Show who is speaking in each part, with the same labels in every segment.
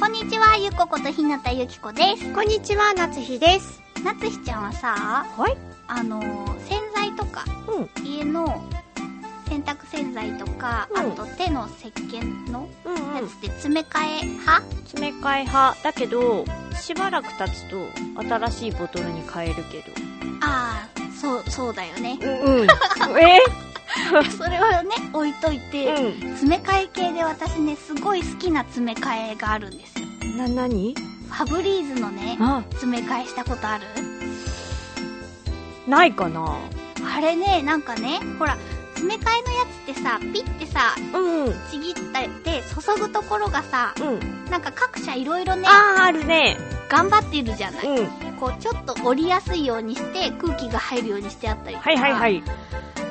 Speaker 1: こんにちはゆっこことひなたゆきこです
Speaker 2: こんにちは、夏日です。
Speaker 1: なつひちゃんはさ
Speaker 2: はい。
Speaker 1: あの洗剤とか
Speaker 2: うん。
Speaker 1: 家の洗濯洗剤とか、
Speaker 2: うん
Speaker 1: あと手の石鹸の
Speaker 2: うん
Speaker 1: やつって詰め替え派、
Speaker 2: 詰め替え派だけど、しばらく経つと新しいボトルに変えるけ
Speaker 1: ああそうそうだよね
Speaker 2: ど。うん。 え
Speaker 1: それをね置いといて、
Speaker 2: う
Speaker 1: 詰め替え系で私ねすごい好きな詰め替えがあるんですよ
Speaker 2: ん。な、なに
Speaker 1: ファブリーズのね
Speaker 2: あ、
Speaker 1: 詰め替えしたことある
Speaker 2: ないかな
Speaker 1: あれねなんかねほら詰め替えのやつってさピッてさ
Speaker 2: うん。うん。
Speaker 1: ちぎったって注ぐところがさなんか各社いろいろね
Speaker 2: あー、あるね。
Speaker 1: 頑張ってるじゃない
Speaker 2: うん。
Speaker 1: こうちょっと折りやすいようにして空気が入るようにしてあったりとか、
Speaker 2: はいはいはい。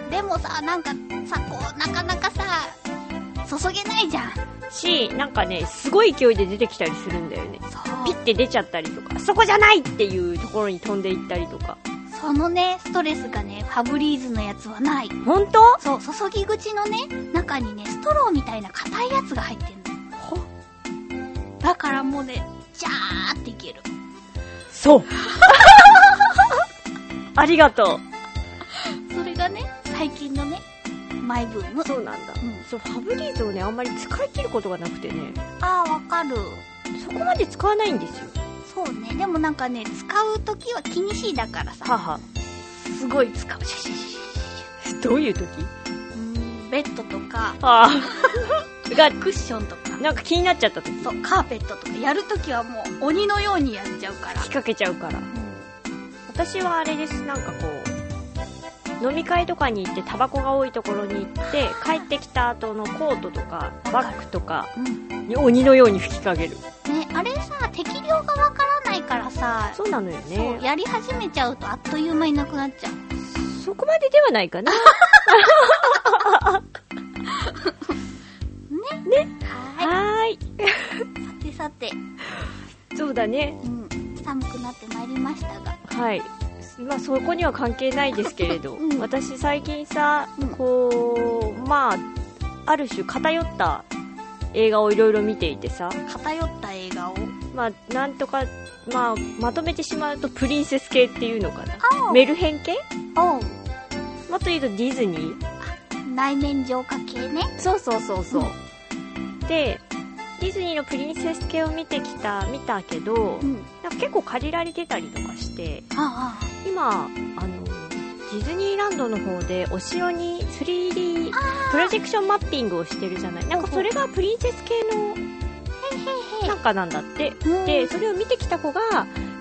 Speaker 1: でもさなんかさこうなかなかさ注げないじゃん
Speaker 2: し、なんかね、すごい勢いで出てきたりするんだよね。
Speaker 1: そ
Speaker 2: ピッて出ちゃったりとか、そこじゃないっていうところに飛んでいったりとか。
Speaker 1: うそのねストレスがねファブリーズのやつはない
Speaker 2: ほんと
Speaker 1: そう注ぎ口のね中にねストローみたいな硬いやつが入ってんのだからもうねジャーっていける
Speaker 2: そう。ありがと
Speaker 1: それがね最近のねマイブーム
Speaker 2: う。そうなんだ。
Speaker 1: うん
Speaker 2: そう、ファブリーズをね、あんまり使い切ることがなくてね、
Speaker 1: ああわかる
Speaker 2: そこまで使わないんですよ。
Speaker 1: そうねでもなんかね使う時は気にしいだからさ
Speaker 2: 母。
Speaker 1: すごい使うシャシャシャシャ
Speaker 2: どういう時
Speaker 1: うーんベッドとか
Speaker 2: ああ。 が、
Speaker 1: クッションとか
Speaker 2: なんか気になっちゃった時。
Speaker 1: そ
Speaker 2: 引
Speaker 1: うカーペットとかやるときはもう鬼のようにやっちゃうから
Speaker 2: っ掛けちゃうから。私はあれです、なんかこう、飲み会とかに行ってタバコが多いところに行って、帰ってきた後のコートとか、バッグとか
Speaker 1: うん、うん
Speaker 2: に鬼のように吹きかける。
Speaker 1: ねあれさ適量がわからないからさ
Speaker 2: そうなのよ
Speaker 1: そう
Speaker 2: ね。
Speaker 1: やり始めちゃうとあっという間になくなっちゃう
Speaker 2: そこまでではないかな。
Speaker 1: は
Speaker 2: はーい。
Speaker 1: いでさて、
Speaker 2: そうだね。
Speaker 1: うん、寒くなってまいりましたが
Speaker 2: はい。まあそこには関係ないですけれど、
Speaker 1: うん
Speaker 2: 私最近さ
Speaker 1: うん、
Speaker 2: こう、まあ、ある種偏った映画をいろいろ見ていてさ、
Speaker 1: 偏った映画を
Speaker 2: まあなんとか、まあまとめてしまうとプリンセス系っていうのかな。
Speaker 1: 青
Speaker 2: メルヘン系
Speaker 1: お
Speaker 2: もっと言うとディズニー
Speaker 1: 内面浄化系ね
Speaker 2: そうそうそうそう
Speaker 1: う。
Speaker 2: で、ディズニーのプリンセス系を見てきた、見たけど、
Speaker 1: うん
Speaker 2: なんか結構借りられてたりとかして、
Speaker 1: あ
Speaker 2: 今あのディズニーランドの方でお城に 3D プロジェクションマッピングをしてるじゃないなんかそれがプリンセス系の
Speaker 1: へ
Speaker 2: なんかなんだって
Speaker 1: ああ
Speaker 2: でそれを見てきた子が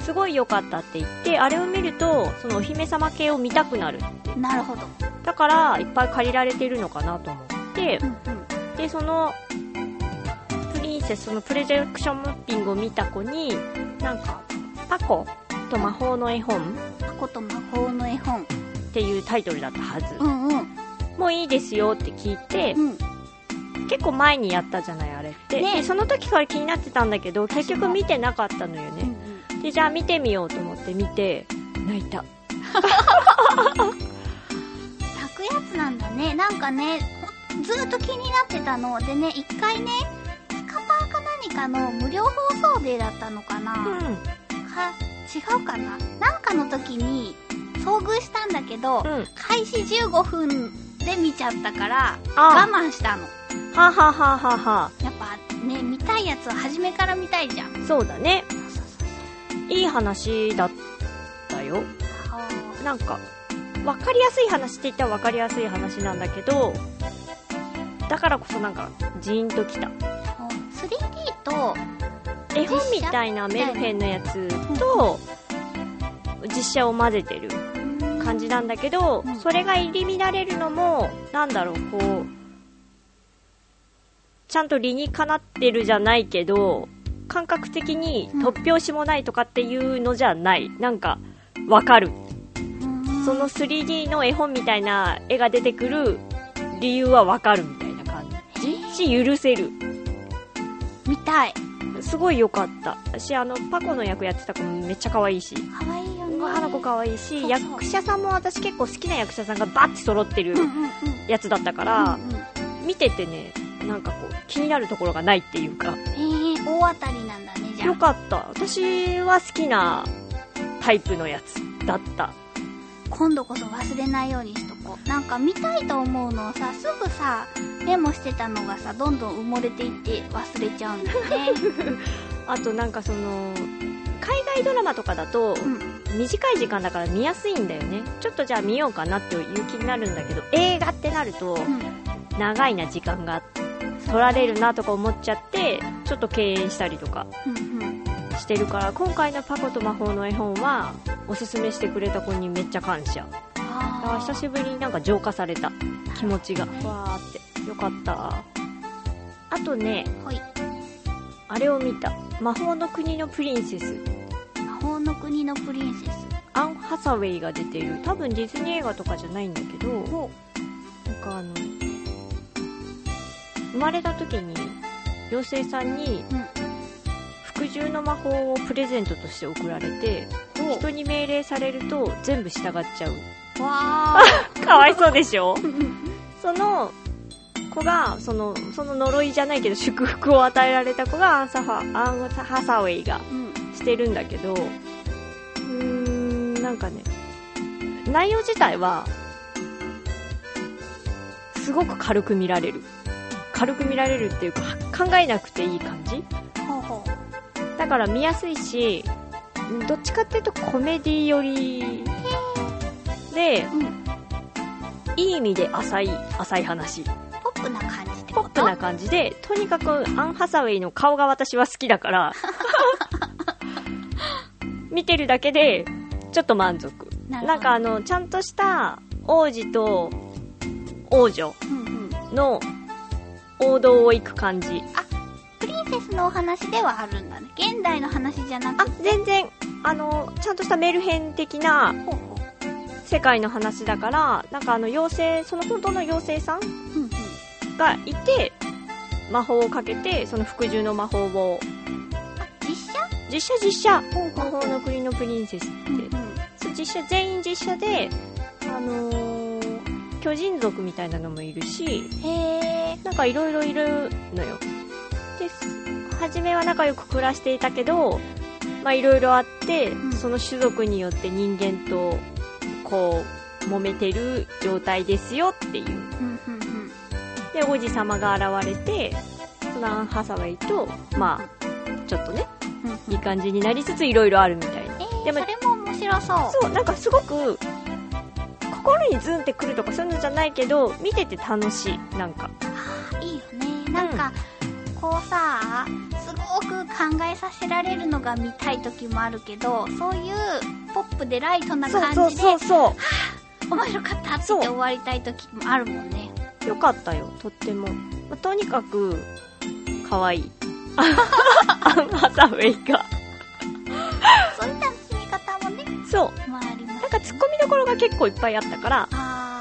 Speaker 2: すごい良かったって言ってあれを見るとそのお姫様系を見たくなる
Speaker 1: うんなるほど
Speaker 2: だからいっぱい借りられてるのかなと思って
Speaker 1: うんうん
Speaker 2: でそのプリンセスそのプロジェクションマッピングを見た子になんか「パコと魔法の絵本」
Speaker 1: 過去と魔法の絵本
Speaker 2: っていうタイトルだったはず
Speaker 1: うんうん
Speaker 2: もういいですよって聞いて、
Speaker 1: うん
Speaker 2: 結構前にやったじゃないあれって、
Speaker 1: ね
Speaker 2: でその時から気になってたんだけど結
Speaker 1: 私も
Speaker 2: 局見てなかったのよ
Speaker 1: う
Speaker 2: ね、
Speaker 1: ん
Speaker 2: でじゃあ見てみようと思って見て泣いた
Speaker 1: 炊くやつなんだねなんかねほんずーっと気になってたのでね一回ねスカパーか何かの無料放送デーだったのかな、
Speaker 2: う
Speaker 1: か違うかななんかの時に遭遇したんだけど、
Speaker 2: んうん
Speaker 1: 開始15分で見ちゃったから我
Speaker 2: あ
Speaker 1: 慢したの
Speaker 2: はははははは
Speaker 1: やっぱね見たいやつは初めから見たいじゃん
Speaker 2: そうだね
Speaker 1: そうそうそう
Speaker 2: いい話だったよ
Speaker 1: あ
Speaker 2: なんか分かりやすい話って言ったら分かりやすい話なんだけどだからこそなんかジーンときた
Speaker 1: ーもう 3D と
Speaker 2: 絵本みたいなメルヘンのやつと実写を混ぜてる
Speaker 1: うーん
Speaker 2: 感じじなんだけど、
Speaker 1: うん
Speaker 2: それが入り乱れるのも、なんだろう、こう、ちゃんと理にかなってるじゃないけど、感覚的に
Speaker 1: うん
Speaker 2: 突拍子もないとかっていうのじゃない。なんか、わかる。
Speaker 1: うん
Speaker 2: その 3D の絵本みたいな絵が出てくる理由はわかるみたいな感じ。し、許せる。
Speaker 1: 見たい
Speaker 2: すごい良かった。私、あの、パコの役やってた子もめっちゃ可愛いし。
Speaker 1: 可愛いよね
Speaker 2: あの子可愛い
Speaker 1: そ
Speaker 2: し、
Speaker 1: うそう
Speaker 2: 役者さんも私結構好きな役者さんがバッて揃ってる
Speaker 1: うんうんうん
Speaker 2: やつだったから、
Speaker 1: うんうん
Speaker 2: 見ててね、なんかこう、気になるところがないっていうか、
Speaker 1: へえ大当たりなんだねじゃ
Speaker 2: よ
Speaker 1: あ
Speaker 2: かった。私は好きなタイプのやつだった。
Speaker 1: 今度こそ忘れないようにしとこうなんか見たいと思うのをさすぐさメモしてたのがさどんどん埋もれていって忘れちゃうんだよね
Speaker 2: あとなんかその、海外ドラマとかだと、
Speaker 1: うん
Speaker 2: 短い時間だから見やすいんだよね。ちょっとじゃあ見ようかなっていう気になるんだけど、映画ってなると、長いな時間が取られるなとか思っちゃって、ちょっと敬遠したりとか
Speaker 1: うんうん
Speaker 2: してるから、今回のパコと魔法の絵本は、おすすめしてくれた子にめっちゃ感謝。
Speaker 1: あ
Speaker 2: あー久しぶりになんか浄化された気持ちが。わーって。よかった。あとね、
Speaker 1: ぶり
Speaker 2: あれを見た。魔法の国のプリンセス。
Speaker 1: 魔法の国のプリンセス
Speaker 2: アン・ハサウェイが出てる。多分ディズニー映画とかじゃないんだけど、なんかあの、生まれた時に、妖精さんに
Speaker 1: うん、
Speaker 2: 服従の魔法をプレゼントとして贈られて、人に命令されると全部従っちゃう。
Speaker 1: わ
Speaker 2: かわいそうでしょ
Speaker 1: ー
Speaker 2: その子がそのその呪いじゃないけど祝福を与えられた子がアンサハアンハサウェイが
Speaker 1: うん
Speaker 2: してるんだけどうーんなんかね内容自体はすごく軽く見られる軽く見られるっていうか考えなくていい感じ
Speaker 1: ほうほう
Speaker 2: だから見やすいしどっちかっていうとコメディ寄りで
Speaker 1: うん
Speaker 2: いい意味で浅い浅い話
Speaker 1: ポップな感じって
Speaker 2: ポ
Speaker 1: こと
Speaker 2: ップな感じで、とにかくアン・ハサウェイの顔が私は好きだから、見てるだけで、ちょっと満足。
Speaker 1: なるほど
Speaker 2: なんかあの、ちゃんとした王子と王女
Speaker 1: うんうん
Speaker 2: の王道を行く感じ。
Speaker 1: プリンセスのお話ではあるんだね現代の話じゃな
Speaker 2: あ
Speaker 1: くて、
Speaker 2: 全然、あの、ちゃんとしたメルヘン的な
Speaker 1: ほうほう
Speaker 2: 世界の話だから、なんかあの、妖精、その本当の妖精さん
Speaker 1: うんうん
Speaker 2: がいて、魔法をかけて、その服従の魔法を、
Speaker 1: あ実写
Speaker 2: 実写実写
Speaker 1: ほう
Speaker 2: 魔法の国のプリンセスって、
Speaker 1: うんうん
Speaker 2: そう実写全員実写で、あのー巨人族みたいなのもいるし
Speaker 1: へえ
Speaker 2: なんかいろいろいるのよです初めは仲良く暮らしていたけどまあいろいろあって、
Speaker 1: ん
Speaker 2: その種族によって人間とこう揉めてる状態ですよっていう
Speaker 1: うんうんうん
Speaker 2: で王子様が現れてそのアン・ハサウェイとまあちょっとね
Speaker 1: うんうん
Speaker 2: いい感じになりつついろいろあるみたいな
Speaker 1: えー、
Speaker 2: でも
Speaker 1: それも面白そう
Speaker 2: そう、なんかすごく、心にズンってくるとかそういうのじゃないけど、見てて楽しい、なんか。
Speaker 1: いいよねなんか、こうさすごく考えさせられるのが見たい時もあるけどそういうポップでライトな感じで
Speaker 2: そうそうそうそ
Speaker 1: 面白かったって
Speaker 2: そ
Speaker 1: 言
Speaker 2: う
Speaker 1: って終わりたい時もあるもんね
Speaker 2: う。よかったよ、とっても。まあとにかく、可愛いい。アンハサウェイが。
Speaker 1: そういう楽しみ方もね
Speaker 2: そう。
Speaker 1: まああります
Speaker 2: なんか突っ込みどころが結構いっぱいあったから、
Speaker 1: あ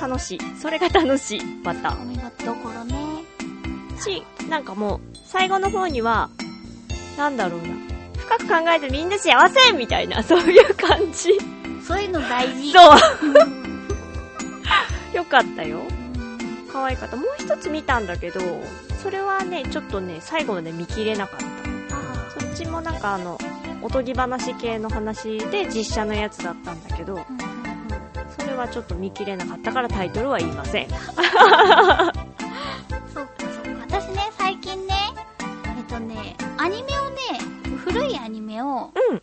Speaker 2: 楽しい。それが楽しい、また
Speaker 1: ー。お見事どころね
Speaker 2: し、なんかもう、最後の方には、なんだろうな。深く考えてみんな幸せみたいな、そういう感じ。
Speaker 1: そういうの大事
Speaker 2: そう。
Speaker 1: うんうん
Speaker 2: よかったよ。可愛かった。もう一つ見たんだけど、それはね、ちょっとね、最後まで見切れなかっ
Speaker 1: あ
Speaker 2: た。そっちもなんかあの、おとぎ話系の話で実写のやつだったんだけど、
Speaker 1: ーうんうんうん
Speaker 2: それはちょっと見切れなかったからタイトルは言いません。
Speaker 1: そうかそうか私ね最近ねえっとねアニメをね古いアニメを
Speaker 2: うん。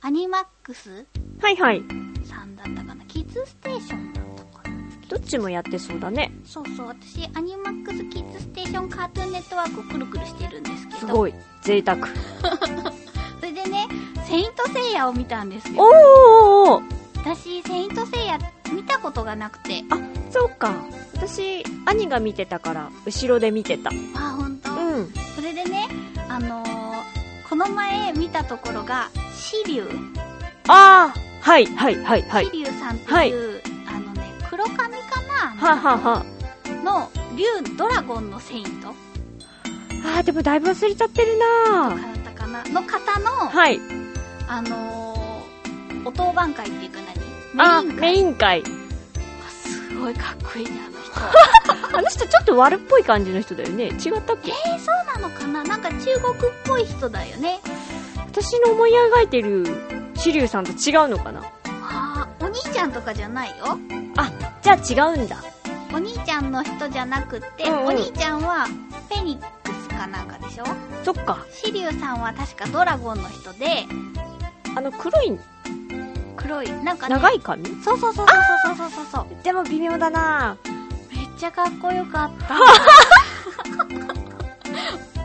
Speaker 1: アニマックス
Speaker 2: はいはい。
Speaker 1: さんだったかなキッズステーションだったかな
Speaker 2: どっちもやってそうだね。
Speaker 1: そうそう私アニマックスキッズステーションカートゥーンネットワークをくるくるしてるんですけ
Speaker 2: す
Speaker 1: ど
Speaker 2: ごい。贅沢。
Speaker 1: それでね「セイント・セイヤ」を見たんですよ
Speaker 2: おーおーおー
Speaker 1: 私、セイントセイヤ見たことがなくて。
Speaker 2: あ、そうか。私、兄が見てたから、後ろで見てた。
Speaker 1: あ、ほんと、
Speaker 2: うん。
Speaker 1: それでね、あのーこの前見たところが、シリュウ、
Speaker 2: ああはい、はい、はい、はい
Speaker 1: シ。リュウさんって
Speaker 2: はい
Speaker 1: いう、あのね、黒髪かな
Speaker 2: はあ、はあはあ、
Speaker 1: の、竜ドラゴンのセイント
Speaker 2: あーでもだいぶ忘れちゃってるな
Speaker 1: だ
Speaker 2: ー
Speaker 1: ったかなの方の、
Speaker 2: はい。
Speaker 1: あのーお当番会っていうか
Speaker 2: あ
Speaker 1: 何メイン
Speaker 2: ー
Speaker 1: 会
Speaker 2: メイン会。
Speaker 1: あすごいかっこいいね、あの 人。
Speaker 2: あの人ちょっと悪っぽい感じの人だよね。違ったっけ
Speaker 1: えー、そうなのかななんか中国っぽい人だよね。
Speaker 2: 私の思い描いてるシリュウさんと違うのかな
Speaker 1: あーお兄ちゃんとかじゃないよ。
Speaker 2: じゃあ違うんだ。
Speaker 1: お兄ちゃんの人じゃなくって、
Speaker 2: うんうん
Speaker 1: お兄ちゃんはフェニックスかなんかでしょ
Speaker 2: そっか。
Speaker 1: シリュウさんは確かドラゴンの人で、
Speaker 2: あの黒い、
Speaker 1: 黒い、なんかね、
Speaker 2: 長い髪
Speaker 1: そうそうそうそうそうそうそうそう。
Speaker 2: でも微妙だな
Speaker 1: めっちゃかっこよか った。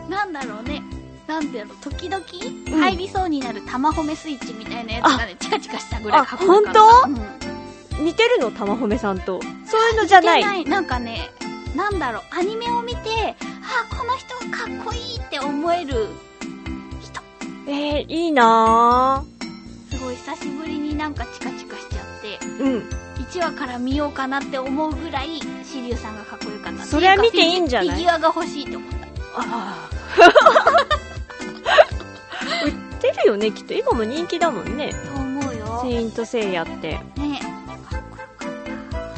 Speaker 1: なんだろうね。なんだろう、時々
Speaker 2: ん
Speaker 1: 入りそうになる玉褒めスイッチみたいなやつがね、チカチカしたぐらい
Speaker 2: あ
Speaker 1: かっこよかった。
Speaker 2: 本
Speaker 1: 当、うん
Speaker 2: 似てるの玉褒めさんと。そういうのじゃない。
Speaker 1: 似てない。なんかね、なんだろう、アニメを見て、あー、この人かっこいいって思える人。
Speaker 2: えー、いいな
Speaker 1: すごい久しぶりになんかチカチカしちゃって、
Speaker 2: ーうん。
Speaker 1: 1話から見ようかなって思うぐらい、シリュウさんがかっこよかった。
Speaker 2: そりゃ見ていいんじゃない
Speaker 1: フィギュアが欲しいって思った。
Speaker 2: あ あ。売ってるよね、きっと。今も人気だもんね。
Speaker 1: と思うよ。
Speaker 2: セ
Speaker 1: ね
Speaker 2: イントセイヤって。
Speaker 1: かっこよか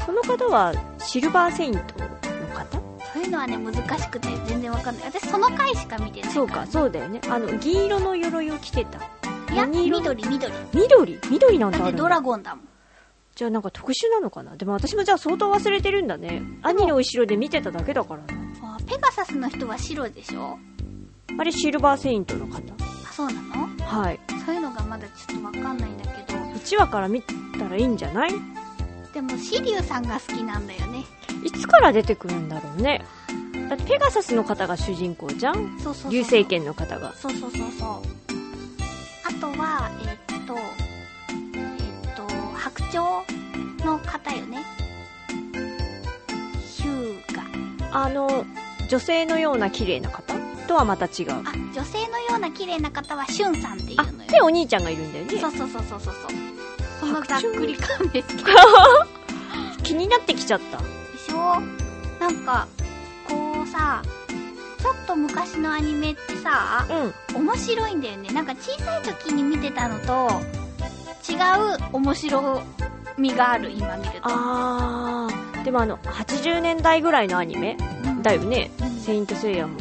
Speaker 1: っ
Speaker 2: その方は、シルバーセイントの方
Speaker 1: た。そういうのはね、難しくて全然わかんない。私その回しか見てないから。
Speaker 2: そうか、そうだよね。あの、銀色の鎧を着てた。
Speaker 1: いや、
Speaker 2: 何色の
Speaker 1: 緑、緑。だ
Speaker 2: 緑緑なんてあ
Speaker 1: っ
Speaker 2: る
Speaker 1: て
Speaker 2: ん
Speaker 1: ド
Speaker 2: だ
Speaker 1: ラゴンだもん。
Speaker 2: じゃあなんか特殊なのかなでも私もじゃあ相当忘れてるんだね。兄の後ろで見てただけだからな。
Speaker 1: あーペガサスの人は白でしょ
Speaker 2: あれ、シルバーセイントの方。
Speaker 1: あ、そうなの
Speaker 2: はい。
Speaker 1: そういうのがまだちょっとわかんないんだけど、
Speaker 2: 1話から見たらいいんじゃない
Speaker 1: でもシリュウさんが好きなんだよね。
Speaker 2: いつから出てくるんだろうね。だってペガサスの方が主人公じゃん
Speaker 1: そうそうそう。
Speaker 2: 流星。剣の方が。
Speaker 1: そうそうそうそう。あとは、えーっと、えーっと、白鳥の方よね。ヒューガ。
Speaker 2: あの、女性のような綺麗な方とはまた違う。
Speaker 1: あ、女性のような綺麗な方はシュンさんってい
Speaker 2: あ
Speaker 1: うの、よ。
Speaker 2: で、お兄ちゃんがいるんだよ
Speaker 1: そ
Speaker 2: ね
Speaker 1: う。そうそうそうそうそう。そのざっ
Speaker 2: 白鳥
Speaker 1: くり感ですけど。
Speaker 2: 気になってきちゃった。
Speaker 1: でしょなんか、こうさ、ちょっと昔のアニメってさ、
Speaker 2: うん。
Speaker 1: 面白いんだよねなんか小さい時に見てたのと違う面白みがある今見ると
Speaker 2: あー。でもあの、80年代ぐらいのアニメ
Speaker 1: うん
Speaker 2: だよね。
Speaker 1: うん
Speaker 2: セイントセイヤも。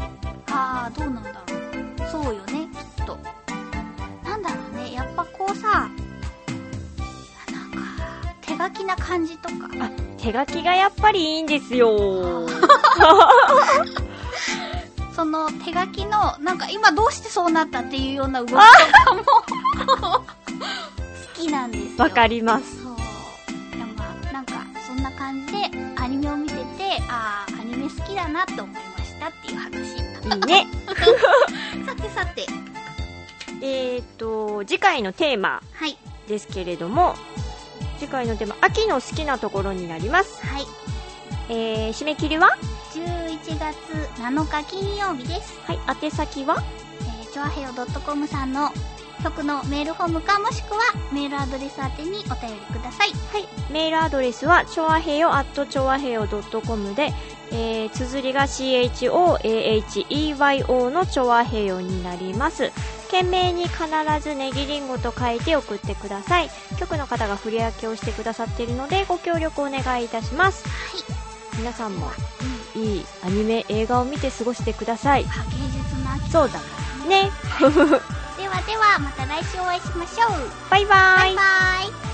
Speaker 1: あーどうなんだろうそうよねきっとなんだろうねやっぱこうさなんか手書きな感じとか
Speaker 2: 手書きがやっぱりいいんですよ。
Speaker 1: その手書きのなんか今どうしてそうなったっていうような動きとかも好きなんですよ
Speaker 2: わかります。
Speaker 1: そうでもなんかそんな感じでアニメを見ててああアニメ好きだなって思いましたっていう話
Speaker 2: いいね。
Speaker 1: さてさて
Speaker 2: えーと、次回のテーマ
Speaker 1: はい
Speaker 2: ですけれども、次回のテーマ、秋の好きなところになります。
Speaker 1: はい
Speaker 2: えー、締め切りは
Speaker 1: 11月7日金曜日です
Speaker 2: はい、宛先は
Speaker 1: えー、チョアヘヨ .com さんの局のメールフォームかもしくはメールアドレス宛てにお便りくださいはい
Speaker 2: メールアドレスは、ちょわへよ at ちょわへよ .com で、えー、綴りが CHOAHEYO のちょわへよになります。懸命に必ずネギリンゴと書いて送ってください。局の方が振り分けをしてくださっているので、ご協力お願いいたします。
Speaker 1: はい、
Speaker 2: 皆さんも、
Speaker 1: うん
Speaker 2: いいアニメ、映画を見て過ごしてください。
Speaker 1: あ、芸術の秋
Speaker 2: そうだね。
Speaker 1: ではではまた来週お会いしましょう
Speaker 2: バイバ
Speaker 1: バ
Speaker 2: イ
Speaker 1: イ。バイ